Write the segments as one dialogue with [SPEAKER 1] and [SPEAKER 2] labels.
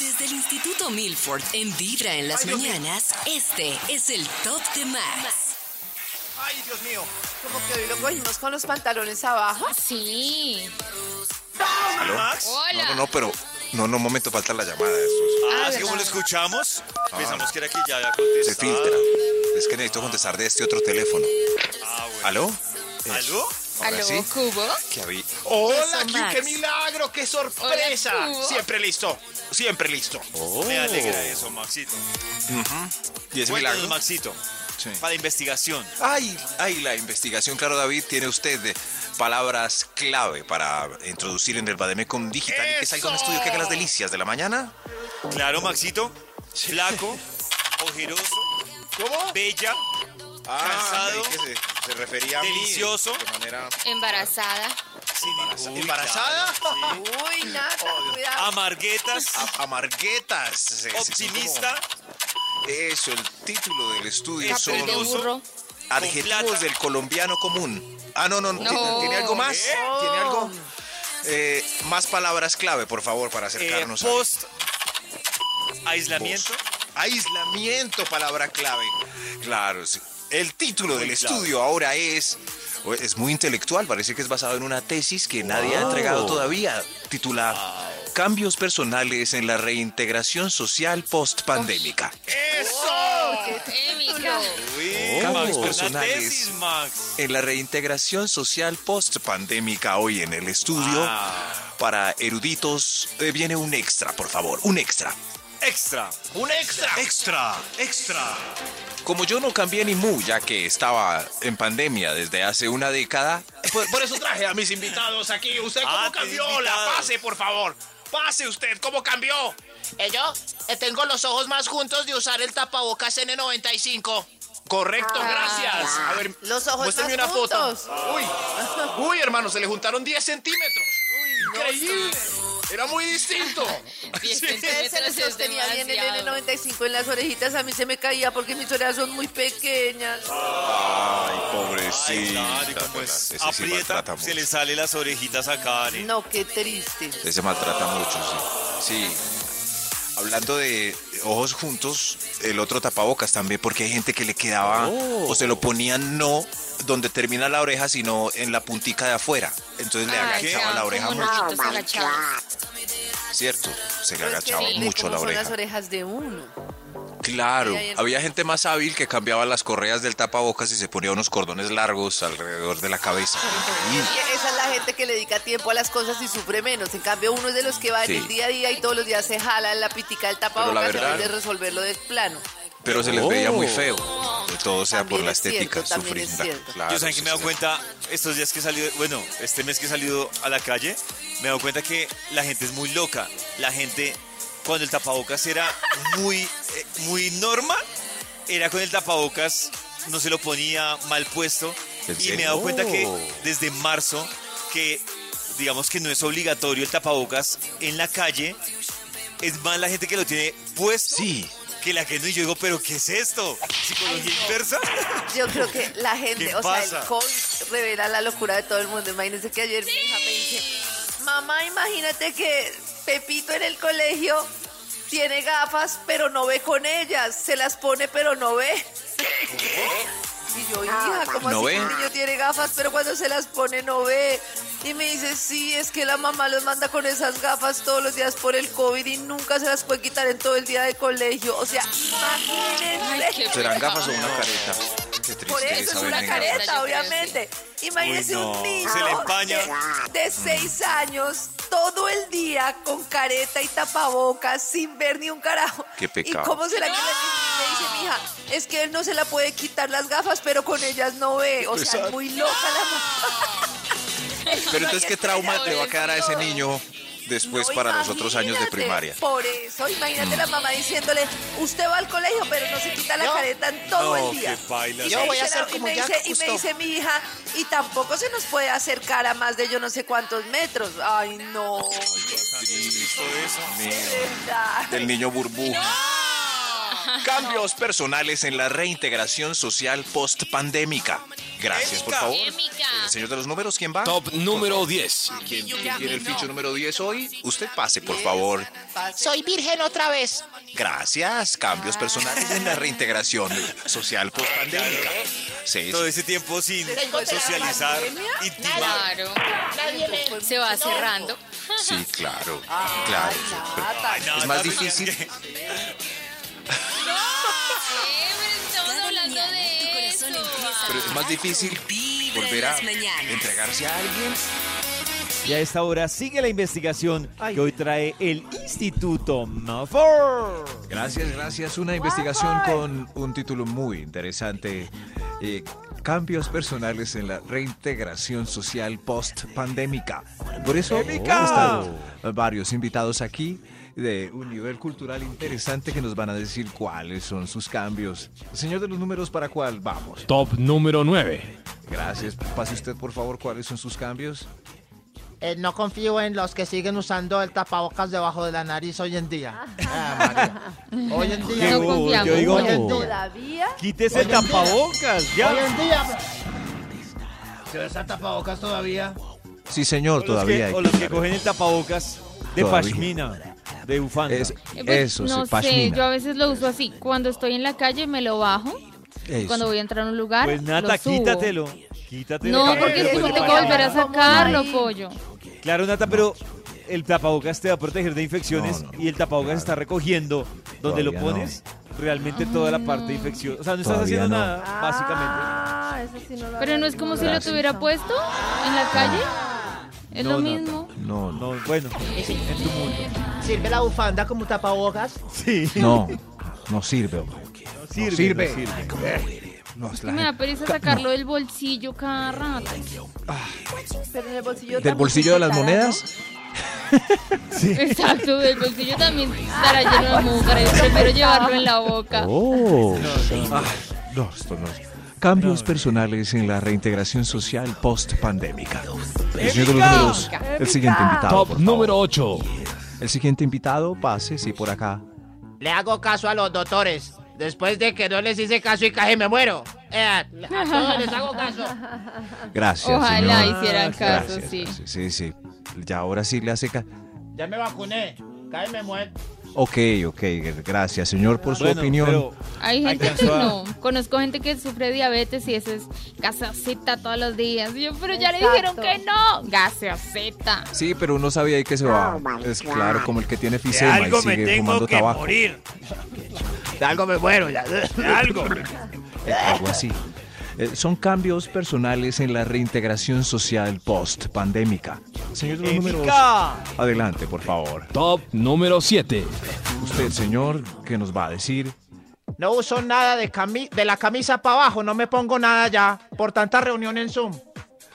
[SPEAKER 1] Desde el Instituto Milford en Vibra en las mañanas, este es el Top de Max.
[SPEAKER 2] ¡Ay, Dios mío!
[SPEAKER 3] Como que hoy lo cogimos con los pantalones
[SPEAKER 4] Ah,
[SPEAKER 2] Ah,
[SPEAKER 3] abajo.
[SPEAKER 5] ¿Ah, Sí.
[SPEAKER 2] ¿Max?
[SPEAKER 5] Hola.
[SPEAKER 4] No, no, no, pero. No, no, un momento, falta la llamada. Eso
[SPEAKER 2] Ah, así
[SPEAKER 5] verdad.
[SPEAKER 2] como lo escuchamos, pensamos que era que ya había
[SPEAKER 4] es- Ah. se
[SPEAKER 2] contestado.
[SPEAKER 4] filtra. Es que necesito contestar de este otro teléfono.
[SPEAKER 2] Ah, bueno.
[SPEAKER 4] ¿Aló?
[SPEAKER 2] ¿Aló? Oh,
[SPEAKER 4] Ahora
[SPEAKER 5] ¿Aló,
[SPEAKER 4] sí.
[SPEAKER 5] Cubo?
[SPEAKER 4] ¿Qué habí?
[SPEAKER 2] ¡Hola, Kim!
[SPEAKER 5] Max.
[SPEAKER 2] ¡Qué milagro! ¡Qué sorpresa!
[SPEAKER 5] Hola, Cubo.
[SPEAKER 2] Siempre listo. Siempre listo.
[SPEAKER 4] Oh.
[SPEAKER 2] Me alegra eso, Maxito.
[SPEAKER 4] ¿Y
[SPEAKER 2] Cuéntanos,
[SPEAKER 4] ese milagro?
[SPEAKER 2] Maxito,
[SPEAKER 4] Sí.
[SPEAKER 2] para investigación.
[SPEAKER 4] Ay, ay, la investigación, claro, David, tiene usted de palabras clave para introducir en el Bademecum Digital y que salga un
[SPEAKER 2] ¡Eso!
[SPEAKER 4] estudio que haga las delicias de la mañana.
[SPEAKER 2] Claro, Maxito, flaco, ojeroso,
[SPEAKER 4] ¿Cómo?
[SPEAKER 2] bella, Ah, Cansado.
[SPEAKER 4] se, se refería mí
[SPEAKER 2] Delicioso.
[SPEAKER 4] manera.
[SPEAKER 5] Embarazada.
[SPEAKER 2] sin- uy,
[SPEAKER 4] ¿Embarazada? Ah,
[SPEAKER 2] claro, sí.
[SPEAKER 3] Uy, Nata, cuidado.
[SPEAKER 2] amarguetas,
[SPEAKER 4] a- Amarguetas. eh, sí, son como-
[SPEAKER 2] optimista,
[SPEAKER 4] Eso, el título del estudio
[SPEAKER 2] Capul
[SPEAKER 5] Capul de
[SPEAKER 2] Oso.
[SPEAKER 4] son
[SPEAKER 5] burro.
[SPEAKER 2] Con plata.
[SPEAKER 4] adjetivos del colombiano común. Ah, no, no, no.
[SPEAKER 5] No.
[SPEAKER 4] ¿Tiene, tiene algo más?
[SPEAKER 2] No.
[SPEAKER 4] ¿Tiene algo? Eh, más palabras clave, por favor, para
[SPEAKER 2] eh,
[SPEAKER 4] acercarnos a
[SPEAKER 2] post, aislamiento.
[SPEAKER 4] aislamiento, palabra clave. Claro, sí. El título del
[SPEAKER 2] Muy clave.
[SPEAKER 4] estudio ahora es o- es muy intelectual, parece que es basado en una tesis que nadie ha entregado todavía, titulada Cambios personales en la reintegración social post-pandémica.
[SPEAKER 5] Eh,
[SPEAKER 4] Eh,
[SPEAKER 5] Émico.
[SPEAKER 2] Uy,
[SPEAKER 4] Oh.
[SPEAKER 2] Max, con una
[SPEAKER 4] Personales.
[SPEAKER 2] tesis, Max.
[SPEAKER 4] en la reintegración social post-pandémica hoy en el estudio.
[SPEAKER 2] Ah.
[SPEAKER 4] Para eruditos eh, viene un extra, por favor, un extra.
[SPEAKER 2] Extra. Un extra. Extra. Extra.
[SPEAKER 4] Como yo no cambié ni mu, ya que estaba en pandemia desde hace una década, por, por eso traje a mis invitados aquí. ¿Usted
[SPEAKER 2] cómo cambió? La pase,
[SPEAKER 4] por favor. Pase usted, ¿cómo cambió?
[SPEAKER 6] Eh, Yo eh, tengo los ojos más juntos de usar el tapabocas N95.
[SPEAKER 4] Correcto,
[SPEAKER 6] Gracias. A ver,
[SPEAKER 3] Ah, Los ojos
[SPEAKER 6] muéstrame
[SPEAKER 3] más
[SPEAKER 6] una foto.
[SPEAKER 3] juntos.
[SPEAKER 6] Uy, uy, hermano, se le juntaron 10 centímetros. Increíble. Era muy distinto.
[SPEAKER 5] 10
[SPEAKER 3] Ustedes se
[SPEAKER 5] centímetros
[SPEAKER 3] les
[SPEAKER 5] es
[SPEAKER 3] sostenía bien el
[SPEAKER 5] demasiado.
[SPEAKER 3] N95 en las orejitas. A mí se me caía porque mis orejas son muy pequeñas.
[SPEAKER 4] Ay,
[SPEAKER 2] Ay,
[SPEAKER 4] pobrecito.
[SPEAKER 2] claro, y como es aprieta, se le sale las orejitas acá, ¿eh?
[SPEAKER 3] No, qué triste.
[SPEAKER 4] Ese maltrata mucho, sí. Sí. Hablando de ojos juntos, el otro tapabocas también, porque hay gente que le quedaba o se lo ponían no donde termina la oreja, sino en la puntica de afuera. Entonces le
[SPEAKER 5] Ay,
[SPEAKER 4] agachaba
[SPEAKER 5] ya,
[SPEAKER 4] la oreja
[SPEAKER 5] como
[SPEAKER 4] mucho,
[SPEAKER 3] Oh,
[SPEAKER 5] notitos agachados.
[SPEAKER 4] ¿cierto? Se le
[SPEAKER 3] Pero es Pues que
[SPEAKER 4] agachaba
[SPEAKER 3] depende
[SPEAKER 4] mucho
[SPEAKER 3] cómo
[SPEAKER 4] la
[SPEAKER 3] son
[SPEAKER 4] oreja.
[SPEAKER 3] las orejas de uno.
[SPEAKER 4] Claro,
[SPEAKER 3] Sí, hay-
[SPEAKER 4] había gente más hábil que cambiaba las correas del tapabocas y se ponía unos cordones largos alrededor de la cabeza.
[SPEAKER 3] Ah, Es que esa es la gente que le dedica tiempo a las cosas y sufre menos. En cambio, uno es de los que va en
[SPEAKER 4] Sí.
[SPEAKER 3] el día a día y todos los días se jala la pitica del tapabocas
[SPEAKER 4] Pero la
[SPEAKER 3] en
[SPEAKER 4] verdad-
[SPEAKER 3] vez de resolverlo de plano.
[SPEAKER 4] Pero se les veía muy feo. De todo sea
[SPEAKER 3] Oh. También
[SPEAKER 4] por la
[SPEAKER 3] es cierto,
[SPEAKER 4] estética,
[SPEAKER 3] también
[SPEAKER 4] sufrir.
[SPEAKER 3] es cierto.
[SPEAKER 4] Claro,
[SPEAKER 2] Yo saben
[SPEAKER 4] sí,
[SPEAKER 2] que me he dado
[SPEAKER 4] señor.
[SPEAKER 2] cuenta, estos días que he salido, bueno, este mes que he salido a la calle, me he dado cuenta que la gente es muy loca. La gente, cuando el tapabocas era muy, eh, muy normal, era con el tapabocas, no se lo ponía mal puesto.
[SPEAKER 4] ¿En
[SPEAKER 2] Y me he
[SPEAKER 4] serio?
[SPEAKER 2] dado cuenta que
[SPEAKER 4] Oh.
[SPEAKER 2] desde marzo, que digamos que no es obligatorio el tapabocas en la calle, es más la gente que lo tiene puesto
[SPEAKER 4] Sí.
[SPEAKER 2] que la que no. Y yo digo, ¿pero qué es esto? ¿Psicología inversa?
[SPEAKER 3] Yo creo que la gente,
[SPEAKER 2] ¿Qué
[SPEAKER 3] o sea,
[SPEAKER 2] pasa?
[SPEAKER 3] el COVID revela la locura de todo el mundo. Imagínense que ayer mi hija me dice, mamá, imagínate que Pepito en el colegio tiene gafas, pero no ve con ellas. Se las pone, pero no ve. Y yo, hija, ¿cómo
[SPEAKER 4] Ah, ¿No
[SPEAKER 3] así
[SPEAKER 4] ve?
[SPEAKER 3] que el niño tiene gafas, pero cuando se las pone no ve? Y me dice, sí, es que la mamá los manda con esas gafas todos los días por el COVID y nunca se las puede quitar en todo el día de colegio. O sea, imagínense.
[SPEAKER 5] qué
[SPEAKER 4] ¿Serán gafas o una careta? Qué triste
[SPEAKER 3] Por eso es
[SPEAKER 4] Isabel,
[SPEAKER 3] una
[SPEAKER 4] venga.
[SPEAKER 5] Yo creo
[SPEAKER 3] careta,
[SPEAKER 5] que
[SPEAKER 3] obviamente. Imagínese
[SPEAKER 2] Uy, no,
[SPEAKER 3] un niño
[SPEAKER 2] se le empaña.
[SPEAKER 3] De, de seis años, todo el día con careta y tapabocas, sin ver ni un carajo.
[SPEAKER 4] Qué pecado.
[SPEAKER 3] ¿Y cómo se la quita? Le dice mi hija, es que él no se la puede quitar las gafas, pero con ellas no ve. O sea,
[SPEAKER 4] Exacto.
[SPEAKER 3] muy loca la mamá.
[SPEAKER 4] Pero entonces, ¿qué trauma le va a quedar a ese niño después
[SPEAKER 3] No,
[SPEAKER 4] para los otros años de
[SPEAKER 3] imagínate,
[SPEAKER 4] primaria. Mm.
[SPEAKER 3] Por eso, imagínate la mamá diciéndole, usted va al colegio, pero no se quita la
[SPEAKER 6] No.
[SPEAKER 3] careta en todo
[SPEAKER 7] No,
[SPEAKER 3] el día.
[SPEAKER 7] qué paila.
[SPEAKER 3] Y
[SPEAKER 6] Yo
[SPEAKER 3] me
[SPEAKER 6] voy a
[SPEAKER 3] dice
[SPEAKER 6] ser
[SPEAKER 3] la-
[SPEAKER 6] como
[SPEAKER 3] y me
[SPEAKER 6] Jack
[SPEAKER 3] dice, y me
[SPEAKER 6] Cousteau.
[SPEAKER 3] dice mi hija, y tampoco se nos puede acercar a más de yo no sé cuántos metros. Ay, no.
[SPEAKER 4] Mío.
[SPEAKER 3] de verdad.
[SPEAKER 4] Del niño burbuja. Cambios personales en la reintegración social post-pandémica. Gracias, por favor.
[SPEAKER 5] Émica.
[SPEAKER 4] El señor de los números, ¿quién va?
[SPEAKER 8] Top número 10.
[SPEAKER 4] ¿Quién, quién tiene el ficho número 10 hoy? Usted pase, por favor.
[SPEAKER 6] Soy virgen otra vez.
[SPEAKER 4] Gracias. Cambios personales en la reintegración social post-pandémica. Sí,
[SPEAKER 7] Todo
[SPEAKER 4] sí.
[SPEAKER 7] ese tiempo sin
[SPEAKER 6] Tengo que
[SPEAKER 7] socializar, intimar.
[SPEAKER 5] Claro.
[SPEAKER 6] Nadie me-
[SPEAKER 5] Se va cerrando.
[SPEAKER 4] Sí, claro. Claro. Es más difícil.
[SPEAKER 5] Estamos
[SPEAKER 1] Cada
[SPEAKER 5] hablando
[SPEAKER 1] mañana tu
[SPEAKER 5] de eso.
[SPEAKER 1] corazón empieza
[SPEAKER 4] Pero es más difícil
[SPEAKER 1] Vibra en
[SPEAKER 4] volver a
[SPEAKER 1] las mañanas.
[SPEAKER 4] entregarse a alguien.
[SPEAKER 2] Y a esta hora sigue la investigación que hoy trae el Instituto Mafor.
[SPEAKER 4] Gracias, gracias. Una investigación con un título muy interesante. eh, cambios personales en la reintegración social post-pandémica. Por eso están varios invitados aquí de un nivel cultural interesante que nos van a decir cuáles son sus cambios. Señor de los números, ¿para cuál vamos?
[SPEAKER 8] Top número 9.
[SPEAKER 4] Gracias. Pase usted, por favor, cuáles son sus cambios.
[SPEAKER 6] Eh, no confío en los que siguen usando el tapabocas debajo de la nariz hoy en día. Ah, María. hoy en día.
[SPEAKER 2] Qué
[SPEAKER 5] No confiamos.
[SPEAKER 2] yo digo,
[SPEAKER 6] Hoy en día.
[SPEAKER 3] Todavía
[SPEAKER 2] quítese el tapabocas,
[SPEAKER 6] Hoy
[SPEAKER 2] ya.
[SPEAKER 6] en día. ¿Se usa tapabocas todavía?
[SPEAKER 4] Sí, señor,
[SPEAKER 2] O los
[SPEAKER 4] todavía
[SPEAKER 2] que-
[SPEAKER 4] hay.
[SPEAKER 2] o los que cogen el tapabocas de
[SPEAKER 4] Todavía.
[SPEAKER 2] pashmina, de bufanda.
[SPEAKER 4] Es-
[SPEAKER 5] Eh, pues,
[SPEAKER 4] eso, sí,
[SPEAKER 5] no sé,
[SPEAKER 4] pashmina.
[SPEAKER 5] yo a veces lo uso así. Cuando estoy en la calle me lo bajo.
[SPEAKER 4] Eso.
[SPEAKER 5] Cuando voy a entrar a un lugar.
[SPEAKER 2] pues Nata,
[SPEAKER 5] lo subo.
[SPEAKER 2] quítatelo. Quítatelo.
[SPEAKER 5] No,
[SPEAKER 2] Nata,
[SPEAKER 5] porque es que
[SPEAKER 2] después
[SPEAKER 5] yo
[SPEAKER 2] de
[SPEAKER 5] tengo que
[SPEAKER 2] pashmina.
[SPEAKER 5] volver a sacarlo,
[SPEAKER 3] Ay.
[SPEAKER 5] pollo.
[SPEAKER 2] Claro, Nata, pero el tapabocas te va a proteger de infecciones
[SPEAKER 4] No, no,
[SPEAKER 2] y el tapabocas
[SPEAKER 4] claro.
[SPEAKER 2] está recogiendo donde lo
[SPEAKER 4] Todavía no.
[SPEAKER 2] pones realmente toda la parte infecciosa. O sea, no estás
[SPEAKER 4] Todavía
[SPEAKER 2] haciendo
[SPEAKER 4] no.
[SPEAKER 2] nada, básicamente.
[SPEAKER 3] Ah, eso sí no lo
[SPEAKER 5] Pero
[SPEAKER 3] había
[SPEAKER 5] no es como si lo
[SPEAKER 4] Gracias.
[SPEAKER 5] tuviera puesto en la calle. Es
[SPEAKER 2] No,
[SPEAKER 5] lo
[SPEAKER 2] no,
[SPEAKER 5] mismo.
[SPEAKER 4] No, no.
[SPEAKER 2] No, bueno, en tu mundo.
[SPEAKER 6] ¿Sirve la bufanda como tapabocas?
[SPEAKER 2] Sí,
[SPEAKER 4] No, no sirve, hombre.
[SPEAKER 2] no sirve. no
[SPEAKER 4] sirve.
[SPEAKER 2] sirve.
[SPEAKER 4] No, es
[SPEAKER 5] Que
[SPEAKER 4] la
[SPEAKER 5] me da
[SPEAKER 4] gente-
[SPEAKER 5] pereza
[SPEAKER 4] Ca-
[SPEAKER 5] sacarlo del bolsillo cada rato.
[SPEAKER 3] Pero en el bolsillo
[SPEAKER 4] no. ¿Del bolsillo de las monedas?
[SPEAKER 5] Exacto, del bolsillo también estará lleno de mugre. Prefiero llevarlo en la boca.
[SPEAKER 4] Oh. No, esto no. Cambios personales en la reintegración social post-pandémica. El señor de los números, el siguiente invitado, por
[SPEAKER 8] Top
[SPEAKER 4] favor.
[SPEAKER 8] número 8.
[SPEAKER 4] El siguiente invitado, pase, sí, por acá.
[SPEAKER 6] Le hago caso a los doctores. Después de que no les hice caso y casi me muero. Eh, a todos les hago caso.
[SPEAKER 4] Gracias,
[SPEAKER 5] Ojalá
[SPEAKER 4] señor.
[SPEAKER 5] hicieran
[SPEAKER 2] Ah,
[SPEAKER 5] caso,
[SPEAKER 4] Gracias,
[SPEAKER 5] sí.
[SPEAKER 4] gracias. Sí, sí. Ya ahora sí le hace ca-
[SPEAKER 6] Ya me vacuné. Casi me muero.
[SPEAKER 4] Ok, ok, gracias, señor, por su
[SPEAKER 2] Bueno,
[SPEAKER 4] opinión.
[SPEAKER 2] pero
[SPEAKER 5] Hay gente que
[SPEAKER 2] Alcanzó a-
[SPEAKER 5] no. Conozco gente que sufre diabetes y eso es gaseosita todos los días. Y yo, pero ya le
[SPEAKER 3] Exacto.
[SPEAKER 5] dijeron que no. Gaseosita.
[SPEAKER 4] Sí, pero uno sabe ahí que se va. es claro, como el que tiene fisema y sigue fumando tabaco.
[SPEAKER 6] De algo me muero ya.
[SPEAKER 4] Eh, algo así. Eh, son cambios personales en la reintegración social post-pandémica. Señor de los números,
[SPEAKER 2] ¡Émica!
[SPEAKER 4] adelante, por favor.
[SPEAKER 8] Top número 7.
[SPEAKER 4] Usted, señor, ¿qué nos va a decir?
[SPEAKER 6] No uso nada de, cami- de la camisa para abajo, no me pongo nada ya por tanta reunión en Zoom.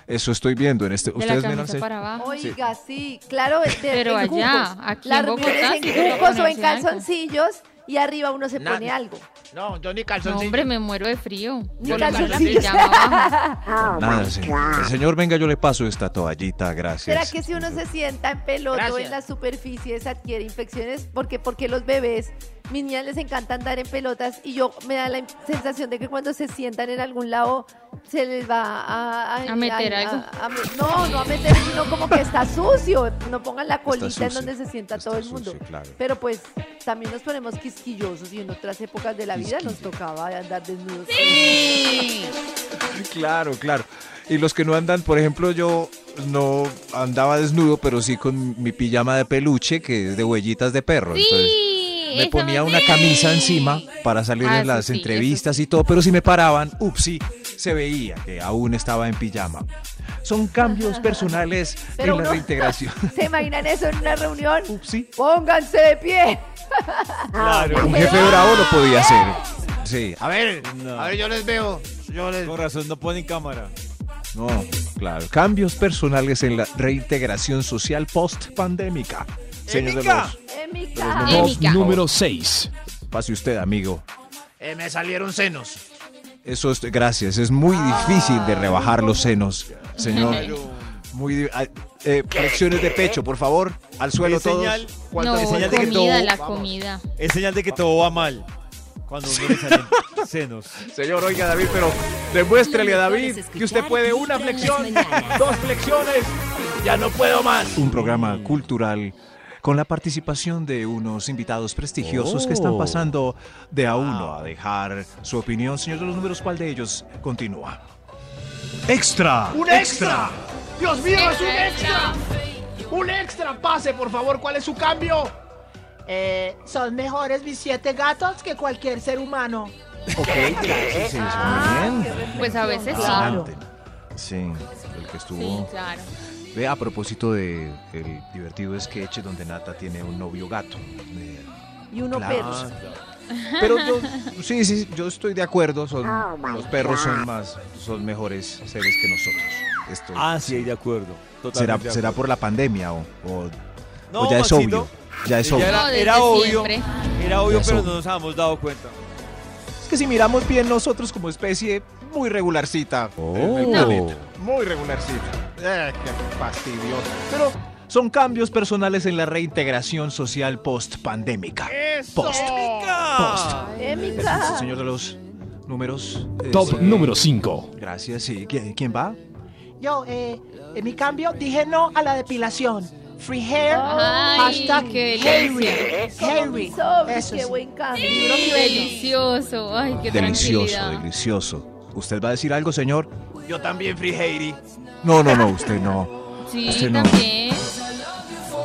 [SPEAKER 4] Eso estoy viendo en este.
[SPEAKER 5] De la
[SPEAKER 4] Ustedes ven
[SPEAKER 5] camisa
[SPEAKER 4] hacer-
[SPEAKER 5] para abajo.
[SPEAKER 3] Oiga, sí, claro, de-
[SPEAKER 5] Ah, Pero
[SPEAKER 3] en
[SPEAKER 5] allá,
[SPEAKER 3] juncos.
[SPEAKER 5] aquí
[SPEAKER 3] Las
[SPEAKER 5] en Bogotá
[SPEAKER 3] reuniones
[SPEAKER 5] sí
[SPEAKER 3] en
[SPEAKER 5] toca
[SPEAKER 3] juncos o en
[SPEAKER 5] ponerse algo.
[SPEAKER 3] calzoncillos y arriba uno se
[SPEAKER 6] Nada.
[SPEAKER 3] pone algo.
[SPEAKER 6] No, yo ni
[SPEAKER 5] No,
[SPEAKER 6] calzoncillo.
[SPEAKER 5] hombre, me muero de frío.
[SPEAKER 3] Ni
[SPEAKER 5] Por lo menos la
[SPEAKER 3] calzoncillos.
[SPEAKER 5] pijama abajo.
[SPEAKER 4] Nada, señor. Señor, venga, yo le paso esta toallita,
[SPEAKER 3] ¿Será
[SPEAKER 4] gracias.
[SPEAKER 3] que si uno se sienta en peloto
[SPEAKER 6] Gracias.
[SPEAKER 3] en las superficies adquiere infecciones? Porque porque los bebés, mis niñas les encanta andar en pelotas y yo me da la sensación de que cuando se sientan en algún lado se les va a,
[SPEAKER 5] A meter algo.
[SPEAKER 3] a me- no, no a meter, sino como que está sucio. No pongan la colita en
[SPEAKER 4] sucio,
[SPEAKER 3] donde se sienta
[SPEAKER 4] está
[SPEAKER 3] todo el
[SPEAKER 4] sucio,
[SPEAKER 3] mundo.
[SPEAKER 4] claro.
[SPEAKER 3] Pero pues también nos ponemos quisquillosos y en otras épocas de la vida nos tocaba andar desnudos.
[SPEAKER 4] Claro, claro. Y los que no andan, por ejemplo, yo no andaba desnudo, pero sí con mi pijama de peluche, que es de huellitas de perro. Entonces,
[SPEAKER 5] Sí.
[SPEAKER 4] me
[SPEAKER 5] esa
[SPEAKER 4] ponía
[SPEAKER 5] vaina.
[SPEAKER 4] una camisa encima para salir
[SPEAKER 5] Ah,
[SPEAKER 4] en
[SPEAKER 5] eso
[SPEAKER 4] las
[SPEAKER 5] sí, eso
[SPEAKER 4] entrevistas y todo, pero si me paraban, upsí, se veía que aún estaba en pijama. Son cambios personales
[SPEAKER 3] Pero
[SPEAKER 4] en la
[SPEAKER 3] uno-
[SPEAKER 4] reintegración.
[SPEAKER 3] ¿Se imaginan eso en una reunión?
[SPEAKER 4] Upsí.
[SPEAKER 3] Pónganse de pie.
[SPEAKER 2] Claro.
[SPEAKER 4] Un jefe bravo lo podía hacer. Sí.
[SPEAKER 6] A ver,
[SPEAKER 2] No.
[SPEAKER 6] a ver, yo les veo. Yo les...
[SPEAKER 2] Con razón no ponen cámara.
[SPEAKER 4] No, claro. Cambios personales en la reintegración social post-pandémica. Señor de los- de los
[SPEAKER 5] Émica.
[SPEAKER 4] números.
[SPEAKER 5] Émica.
[SPEAKER 4] Número 6. Pase usted, amigo.
[SPEAKER 9] Eh, me salieron senos.
[SPEAKER 4] Eso es, gracias. Es muy difícil de rebajar los senos, señor. Muy di- ah, eh, flexiones de pecho, por favor. Al suelo
[SPEAKER 2] Es
[SPEAKER 4] todos.
[SPEAKER 2] señal-
[SPEAKER 4] ¿Cuánto-
[SPEAKER 5] No,
[SPEAKER 2] es señal de que
[SPEAKER 5] comida,
[SPEAKER 2] todo-
[SPEAKER 5] la
[SPEAKER 2] vamos.
[SPEAKER 5] comida.
[SPEAKER 2] Es señal de que todo va mal. Cuando uno le salen senos.
[SPEAKER 4] Señor, oiga, David, pero demuéstrele a David que usted puede una flexión, dos flexiones.
[SPEAKER 9] Ya no puedo más.
[SPEAKER 4] Un programa cultural con la participación de unos invitados prestigiosos que están
[SPEAKER 2] Oh. Ah.
[SPEAKER 4] pasando de a uno a dejar su opinión. Señor de los números, ¿cuál de ellos continúa? Extra.
[SPEAKER 9] ¡Un extra! ¡Dios mío, es un extra! ¡Un extra! Pase, por favor, ¿cuál es su cambio?
[SPEAKER 10] Eh, son mejores mis siete gatos que cualquier ser humano.
[SPEAKER 4] Ok, gracias. señor. Muy bien.
[SPEAKER 5] Pues a veces sí.
[SPEAKER 10] Claro.
[SPEAKER 4] Sí, el que
[SPEAKER 5] Sí,
[SPEAKER 4] estuvo.
[SPEAKER 5] claro.
[SPEAKER 4] Ve, a propósito de el divertido sketch donde Nata tiene un novio gato. Eh,
[SPEAKER 3] Y uno
[SPEAKER 4] claro.
[SPEAKER 3] perros.
[SPEAKER 2] Ah,
[SPEAKER 4] Pero yo, sí, sí, yo estoy de acuerdo. Son, los perros son más, son mejores seres que nosotros. Estoy-
[SPEAKER 2] Ah, sí, de acuerdo. Totalmente
[SPEAKER 4] ¿Será,
[SPEAKER 2] de acuerdo.
[SPEAKER 4] será por la pandemia o, o-
[SPEAKER 2] No,
[SPEAKER 4] o ya es
[SPEAKER 2] Maxito.
[SPEAKER 4] obvio? Ya es
[SPEAKER 2] Ya
[SPEAKER 4] obvio.
[SPEAKER 2] era-
[SPEAKER 5] No, desde
[SPEAKER 2] era obvio.
[SPEAKER 5] siempre.
[SPEAKER 2] Era obvio,
[SPEAKER 4] Ya
[SPEAKER 2] pero
[SPEAKER 4] son.
[SPEAKER 2] no nos habíamos dado cuenta.
[SPEAKER 4] Es que si miramos bien nosotros como especie, muy regularcita. en el
[SPEAKER 2] No.
[SPEAKER 4] planeta. Muy regularcita. Eh, qué fastidioso. Pero son cambios personales en la reintegración social post-pandémica. Post. Post.
[SPEAKER 3] Eh, Émica.
[SPEAKER 4] Señor de los números. eh,
[SPEAKER 11] Top
[SPEAKER 4] sí.
[SPEAKER 11] número 5.
[SPEAKER 4] Gracias, sí. ¿Quién, quién va?
[SPEAKER 10] Yo, eh, en mi cambio, dije no a la depilación. Free hair,
[SPEAKER 5] Ay,
[SPEAKER 10] hashtag
[SPEAKER 5] qué
[SPEAKER 10] hairy.
[SPEAKER 5] delicia.
[SPEAKER 10] Hairy.
[SPEAKER 3] Sobre,
[SPEAKER 10] Eso
[SPEAKER 3] qué
[SPEAKER 10] sí.
[SPEAKER 3] buen cambio.
[SPEAKER 5] Libro mi delicioso. Ay, qué
[SPEAKER 4] Delicioso,
[SPEAKER 5] tranquilidad.
[SPEAKER 4] delicioso. ¿Usted va a decir algo, señor?
[SPEAKER 9] Yo también, Free Heidi.
[SPEAKER 4] No, no, no, usted no.
[SPEAKER 5] Sí,
[SPEAKER 4] Usted no.
[SPEAKER 5] también.
[SPEAKER 4] Este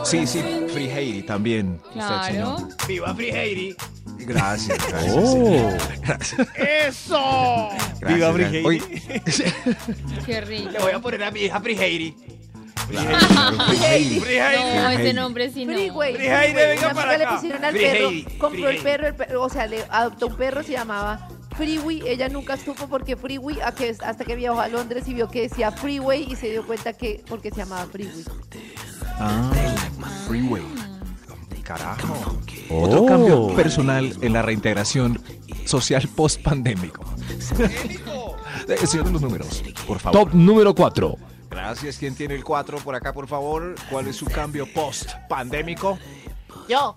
[SPEAKER 4] Sí, sí, Free Heidi también. Usted,
[SPEAKER 5] Claro.
[SPEAKER 4] señor.
[SPEAKER 9] ¡Viva Free Heidi!
[SPEAKER 4] Gracias, gracias.
[SPEAKER 2] Oh.
[SPEAKER 4] Gracias.
[SPEAKER 9] ¡Eso!
[SPEAKER 2] Viva
[SPEAKER 4] Gracias,
[SPEAKER 2] Free
[SPEAKER 4] Oye,
[SPEAKER 5] Qué rico.
[SPEAKER 9] Le voy a poner a mi hija Free Heidi. Free Heidi.
[SPEAKER 5] No, ese
[SPEAKER 4] Heidi.
[SPEAKER 5] nombre sí no.
[SPEAKER 3] Free, güey.
[SPEAKER 9] Free Heidi,
[SPEAKER 3] güey.
[SPEAKER 9] venga
[SPEAKER 3] Una
[SPEAKER 9] para
[SPEAKER 3] amiga le
[SPEAKER 9] acá.
[SPEAKER 3] pusieron al
[SPEAKER 9] Free
[SPEAKER 3] perro,
[SPEAKER 9] Heidi,
[SPEAKER 3] compró
[SPEAKER 9] Free
[SPEAKER 3] el perro, el perro, o sea, le adoptó un perro, se llamaba Freeway. Ella nunca supo por qué Freeway, a que- hasta que viajó a Londres y vio que decía Freeway y se dio cuenta que porque se llamaba Freeway.
[SPEAKER 4] Ah, Freeway. Carajo.
[SPEAKER 11] Oh.
[SPEAKER 4] Otro cambio personal en la reintegración social post-pandémico. Eh, Señor de los números, por favor.
[SPEAKER 11] Top número 4.
[SPEAKER 4] Gracias. ¿Quién tiene el 4 por acá, por favor? ¿Cuál es su cambio post-pandémico?
[SPEAKER 10] Yo,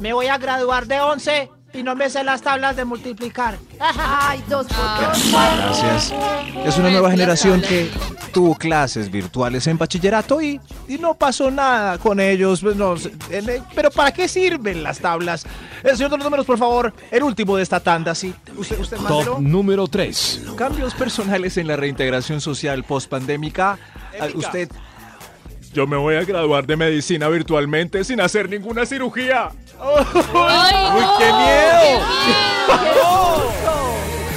[SPEAKER 10] me voy a graduar de 11 y no me sé las tablas de multiplicar.
[SPEAKER 3] Ay, dos por
[SPEAKER 5] Ah,
[SPEAKER 3] dos.
[SPEAKER 4] Gracias. Es una nueva generación que tuvo clases virtuales en bachillerato y, y no pasó nada con ellos. pues, no sé, en el- pero ¿para qué sirven las tablas? El señor de los números, por favor, el último de esta tanda, sí. Usted, usted
[SPEAKER 11] Top
[SPEAKER 4] Marcelo.
[SPEAKER 11] número 3.
[SPEAKER 4] Cambios personales en la reintegración social post-pandémica. Ah, Usted,
[SPEAKER 12] Yo me voy a graduar de medicina virtualmente sin hacer ninguna cirugía.
[SPEAKER 5] ¡Ay,
[SPEAKER 12] ¡Uy,
[SPEAKER 5] no!
[SPEAKER 12] qué miedo!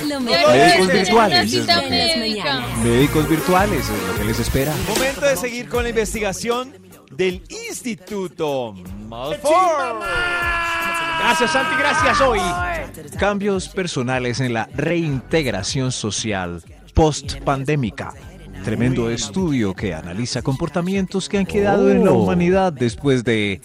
[SPEAKER 1] Lo
[SPEAKER 5] mejor
[SPEAKER 4] Médicos
[SPEAKER 5] es tener
[SPEAKER 4] virtuales,
[SPEAKER 5] una cita
[SPEAKER 4] es lo que-
[SPEAKER 5] médica.
[SPEAKER 4] médicos virtuales, es lo que les espera.
[SPEAKER 2] Momento de seguir con la investigación del Instituto Malfoy.
[SPEAKER 9] Gracias, Santi, gracias hoy.
[SPEAKER 4] Cambios personales en la reintegración social post-pandémica. Tremendo estudio que analiza comportamientos que han quedado en la
[SPEAKER 2] Oh.
[SPEAKER 4] humanidad después de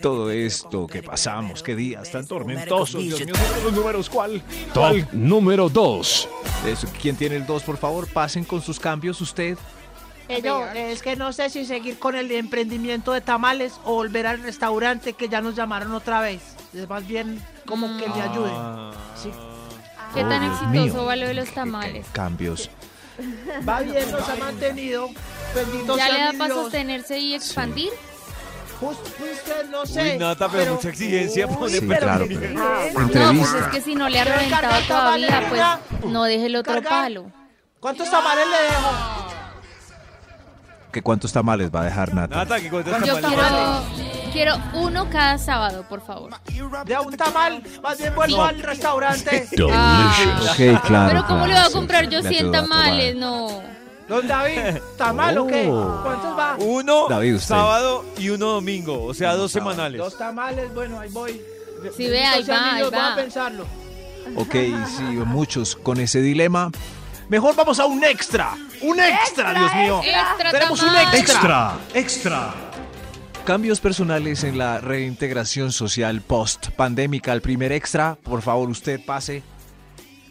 [SPEAKER 4] todo esto que pasamos. Qué días tan tormentosos. Dios mío, señor de los números, ¿cuál?
[SPEAKER 11] Top
[SPEAKER 4] ¿Cuál?
[SPEAKER 11] número 2.
[SPEAKER 4] Eso, ¿Quién tiene el 2, por favor? Pasen con sus cambios usted.
[SPEAKER 10] Eh, yo, eh, es que no sé si seguir con el emprendimiento de tamales o volver al restaurante que ya nos llamaron otra vez. Es más bien como que me
[SPEAKER 6] Ah.
[SPEAKER 10] ayuden. Sí.
[SPEAKER 5] Qué tan
[SPEAKER 4] Oh, Dios mío.
[SPEAKER 5] exitoso va lo de los tamales.
[SPEAKER 4] Cambios.
[SPEAKER 10] Va bien, nos ha mantenido. Bendito
[SPEAKER 5] ¿Ya
[SPEAKER 10] sea
[SPEAKER 5] le da
[SPEAKER 10] mi
[SPEAKER 5] para
[SPEAKER 10] Dios.
[SPEAKER 5] sostenerse y expandir?
[SPEAKER 10] Just- usted Pues, no sé.
[SPEAKER 2] Uy, Nata, pero, mucha exigencia. pone
[SPEAKER 4] Sí,
[SPEAKER 2] para-
[SPEAKER 4] claro, pero-
[SPEAKER 5] No, pues es
[SPEAKER 4] Entrevista.
[SPEAKER 5] que si no le ha
[SPEAKER 10] Pero
[SPEAKER 5] reventado
[SPEAKER 10] cargar
[SPEAKER 5] todavía,
[SPEAKER 10] tamales,
[SPEAKER 5] pues no deje el otro
[SPEAKER 10] Cargar.
[SPEAKER 5] palo.
[SPEAKER 10] ¿Cuántos tamales le dejo?
[SPEAKER 4] ¿Que ¿Cuántos tamales va a dejar Nata?
[SPEAKER 2] Nata, que cuentas
[SPEAKER 5] Yo
[SPEAKER 2] tamales.
[SPEAKER 5] quiero, quiero uno cada sábado, por favor.
[SPEAKER 10] De un tamal, más bien vuelvo
[SPEAKER 5] Sí.
[SPEAKER 10] al restaurante.
[SPEAKER 5] Ah.
[SPEAKER 4] Ok, claro.
[SPEAKER 5] Pero ¿cómo le va a
[SPEAKER 4] claro,
[SPEAKER 5] comprar
[SPEAKER 4] sí,
[SPEAKER 5] yo
[SPEAKER 4] le
[SPEAKER 5] 100
[SPEAKER 4] ayuda a
[SPEAKER 5] tamales? No.
[SPEAKER 10] Don David, ¿tamal o qué?
[SPEAKER 4] Oh.
[SPEAKER 10] ¿Cuántos va?
[SPEAKER 2] Uno
[SPEAKER 4] David, usted.
[SPEAKER 2] sábado y uno domingo, o sea, dos semanales.
[SPEAKER 10] Dos tamales, bueno, ahí voy.
[SPEAKER 5] Sí, ve, ahí
[SPEAKER 10] Bendito sea
[SPEAKER 5] va,
[SPEAKER 10] mi
[SPEAKER 5] ahí
[SPEAKER 10] Dios, voy
[SPEAKER 5] va.
[SPEAKER 10] a pensarlo.
[SPEAKER 4] Ok, sí, muchos con ese dilema. Mejor vamos a un
[SPEAKER 2] Ah,
[SPEAKER 4] extra. Un extra,
[SPEAKER 10] Extra,
[SPEAKER 4] Dios mío.
[SPEAKER 10] extra,
[SPEAKER 4] Tenemos un
[SPEAKER 10] tamal.
[SPEAKER 4] extra.
[SPEAKER 11] Extra,
[SPEAKER 4] extra. Cambios personales en la reintegración social post pandémica. El primer extra, por favor, usted pase.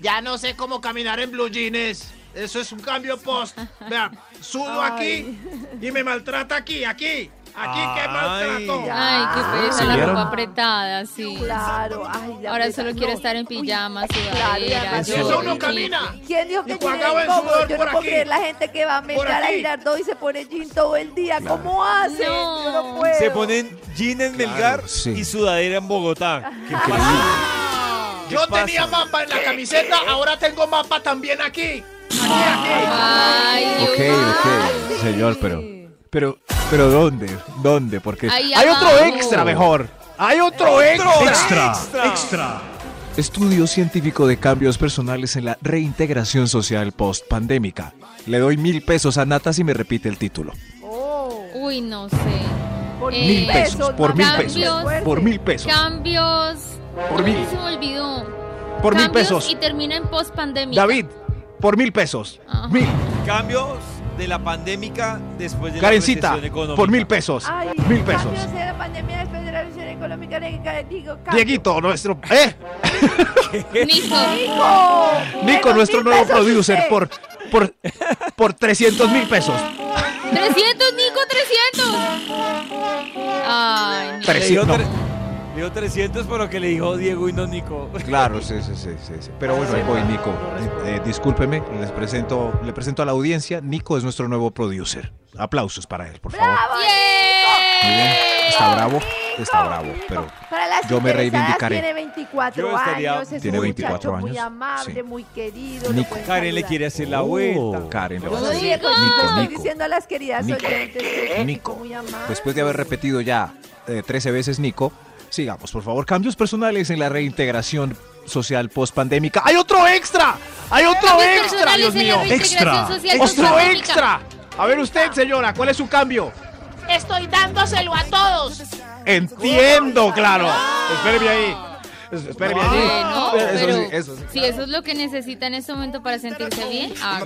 [SPEAKER 6] Ya no sé cómo caminar en blue jeans. Eso es un cambio post. Vean, sudo aquí y me maltrata aquí, aquí. Aquí que maltrato.
[SPEAKER 5] Ay, qué
[SPEAKER 4] ¿Se
[SPEAKER 5] pereza la
[SPEAKER 4] vieron?
[SPEAKER 5] ropa apretada, sí. Claro, Ahora solo quiero estar en pijama, sudadera.
[SPEAKER 3] además- Eso uno
[SPEAKER 5] jogging.
[SPEAKER 3] camina. ¿Quién dijo que
[SPEAKER 6] Y
[SPEAKER 3] yo era
[SPEAKER 6] cuagado en
[SPEAKER 3] incómodo?
[SPEAKER 6] sudor
[SPEAKER 3] Yo
[SPEAKER 6] por
[SPEAKER 3] no puedo
[SPEAKER 6] aquí.
[SPEAKER 3] creer la gente que va a mezclar a
[SPEAKER 6] aquí.
[SPEAKER 3] Girardot y se pone jean todo el día. ¿Cómo hace? Yo no puedo.
[SPEAKER 2] Se ponen jean en Melgar y sudadera en Bogotá. ¿Qué pasa?
[SPEAKER 9] Yo
[SPEAKER 2] pasa?
[SPEAKER 9] tenía mapa en la camiseta, ahora tengo mapa también aquí.
[SPEAKER 4] Ok, ok, señor, pero. Pero, pero ¿dónde? ¿Dónde? Porque
[SPEAKER 5] Ahí
[SPEAKER 4] hay otro
[SPEAKER 6] Ah.
[SPEAKER 5] abajo.
[SPEAKER 4] extra mejor. Hay otro extra.
[SPEAKER 11] extra.
[SPEAKER 4] Estudio científico de cambios personales en la reintegración social post pandémica. Le doy mil pesos a Nata si me repite el título.
[SPEAKER 3] Oh,
[SPEAKER 5] Uy, no sé. Por
[SPEAKER 3] Eh,
[SPEAKER 4] mil pesos, por mil pesos, por mil pesos.
[SPEAKER 5] Cambios.
[SPEAKER 4] Por mil.
[SPEAKER 5] Ay, Se me olvidó.
[SPEAKER 4] Por mil
[SPEAKER 5] Cambios
[SPEAKER 4] pesos.
[SPEAKER 5] Y termina en post pandemia.
[SPEAKER 4] David, por mil pesos. Mil.
[SPEAKER 2] Cambios de la pandémica después de la
[SPEAKER 4] Karencita,
[SPEAKER 2] recesión económica.
[SPEAKER 4] por mil pesos.
[SPEAKER 3] Ay,
[SPEAKER 4] Mil pesos.
[SPEAKER 3] cambios de la pandemia después de la recesión económica. de que- Digo, cambios.
[SPEAKER 4] Dieguito, nuestro. ¡Eh!
[SPEAKER 5] Nico.
[SPEAKER 3] Nico.
[SPEAKER 4] Nico, nuestro nuevo
[SPEAKER 3] pesos,
[SPEAKER 4] producer,
[SPEAKER 3] dice.
[SPEAKER 4] por, por, por 300 mil pesos.
[SPEAKER 5] 300, Nico, 300. Ay,
[SPEAKER 2] Le
[SPEAKER 5] Nico.
[SPEAKER 2] dio,
[SPEAKER 4] Trescientos.
[SPEAKER 2] tre- le dio 300, pero que le dijo Diego y no Nico.
[SPEAKER 4] Claro, sí, sí, sí, sí, sí. Pero bueno, ahí voy, Nico. Eh, discúlpeme, les presento, le presento a la audiencia. Nico es nuestro nuevo producer. Aplausos para él, por favor.
[SPEAKER 3] ¡Bravo,
[SPEAKER 4] Muy bien. Está bravo, está bravo, pero
[SPEAKER 3] Para las
[SPEAKER 4] yo me
[SPEAKER 3] interesadas,
[SPEAKER 4] reivindicaré.
[SPEAKER 3] Tiene 24
[SPEAKER 2] Yo estaría-
[SPEAKER 3] años, es
[SPEAKER 4] Tiene
[SPEAKER 3] un
[SPEAKER 4] 24
[SPEAKER 3] muchacho muy
[SPEAKER 4] años,
[SPEAKER 3] amable,
[SPEAKER 4] sí.
[SPEAKER 3] muy querido.
[SPEAKER 4] Nico.
[SPEAKER 2] Karen le quiere hacer la vuelta.
[SPEAKER 4] Oh, Karen, le
[SPEAKER 3] Yo
[SPEAKER 4] va a
[SPEAKER 3] no
[SPEAKER 4] decir,
[SPEAKER 3] dije contigo, estoy
[SPEAKER 4] Nico, Nico.
[SPEAKER 3] diciendo a las queridas
[SPEAKER 4] Nico.
[SPEAKER 3] oyentes. que es
[SPEAKER 4] Nico.
[SPEAKER 3] Eh, muy amable.
[SPEAKER 4] Después de haber repetido ya eh, 13 veces Nico, sigamos, por favor. Cambios personales en la reintegración social post-pandémica. ¡Hay otro extra! ¡Hay otro
[SPEAKER 5] Cambios
[SPEAKER 4] extra,
[SPEAKER 5] personales
[SPEAKER 4] Dios
[SPEAKER 5] en la
[SPEAKER 4] mío!
[SPEAKER 5] reintegración social
[SPEAKER 4] ¡Otro
[SPEAKER 5] post-pandémica.
[SPEAKER 4] extra! A ver usted, señora, ¿cuál es su cambio?
[SPEAKER 10] Estoy dándoselo a todos.
[SPEAKER 4] Entiendo, claro. Espéreme ahí. Es- Espéreme allí.
[SPEAKER 5] Bueno,
[SPEAKER 4] Eh, eso
[SPEAKER 5] Ah, pero
[SPEAKER 4] sí, eso sí.
[SPEAKER 5] si eso es lo que necesita en este momento para sentirse bien,
[SPEAKER 4] Ah.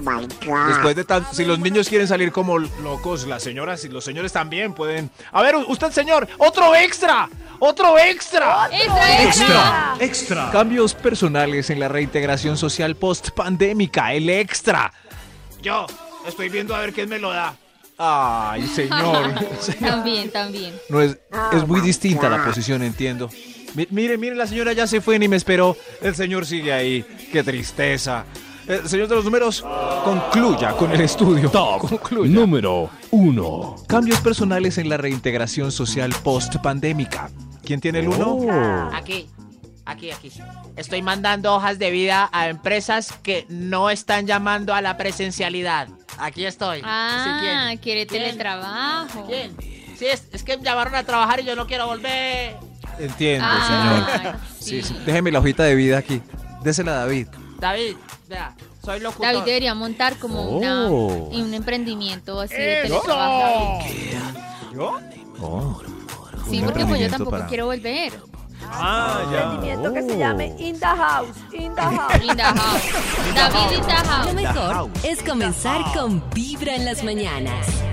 [SPEAKER 5] hágale.
[SPEAKER 4] Después de tanto, si los niños quieren salir como locos, las señoras y los señores también pueden. A ver, usted, señor, otro extra, otro extra.
[SPEAKER 5] Extra, extra.
[SPEAKER 4] extra. Cambios personales en la reintegración social post pandémica, el extra.
[SPEAKER 6] Yo estoy viendo a ver quién me lo da.
[SPEAKER 4] Ay, señor.
[SPEAKER 5] También, también.
[SPEAKER 4] No es, es muy distinta la posición, entiendo. Mi- Mire, mire, la señora ya se fue ni me esperó. El señor sigue ahí. Qué tristeza. Eh, señor de los números, concluya con el estudio. Concluya.
[SPEAKER 11] Número 1.
[SPEAKER 4] Cambios personales en la reintegración social post-pandémica. ¿Quién tiene el uno?
[SPEAKER 10] Aquí, aquí, aquí. Estoy mandando hojas de vida a empresas que no están llamando a la presencialidad. Aquí estoy.
[SPEAKER 5] Ah,
[SPEAKER 10] Así,
[SPEAKER 5] quiere teletrabajo.
[SPEAKER 10] ¿quién? ¿Quién? Sí, es, es que me llamaron a trabajar y yo no quiero volver.
[SPEAKER 4] Entiendo,
[SPEAKER 5] Ah, Ay,
[SPEAKER 4] pues, señor.
[SPEAKER 5] sí.
[SPEAKER 4] Déjeme la hojita de vida aquí. Désela a David.
[SPEAKER 10] David, vea, soy locutor.
[SPEAKER 5] David debería montar como una,
[SPEAKER 4] Oh.
[SPEAKER 5] un emprendimiento así de
[SPEAKER 10] ¡Eso!
[SPEAKER 5] teletrabajo.
[SPEAKER 2] ¿Yo?
[SPEAKER 5] Sí, porque
[SPEAKER 4] Un
[SPEAKER 5] pues yo
[SPEAKER 4] emprendimiento
[SPEAKER 5] tampoco
[SPEAKER 4] para-
[SPEAKER 5] quiero volver.
[SPEAKER 2] Ah,
[SPEAKER 3] Un
[SPEAKER 2] ya.
[SPEAKER 3] emprendimiento que se llame
[SPEAKER 4] Oh.
[SPEAKER 3] In the House, In the House.
[SPEAKER 5] In the House. David in the house.
[SPEAKER 1] Lo mejor es comenzar con Vibra en las mañanas.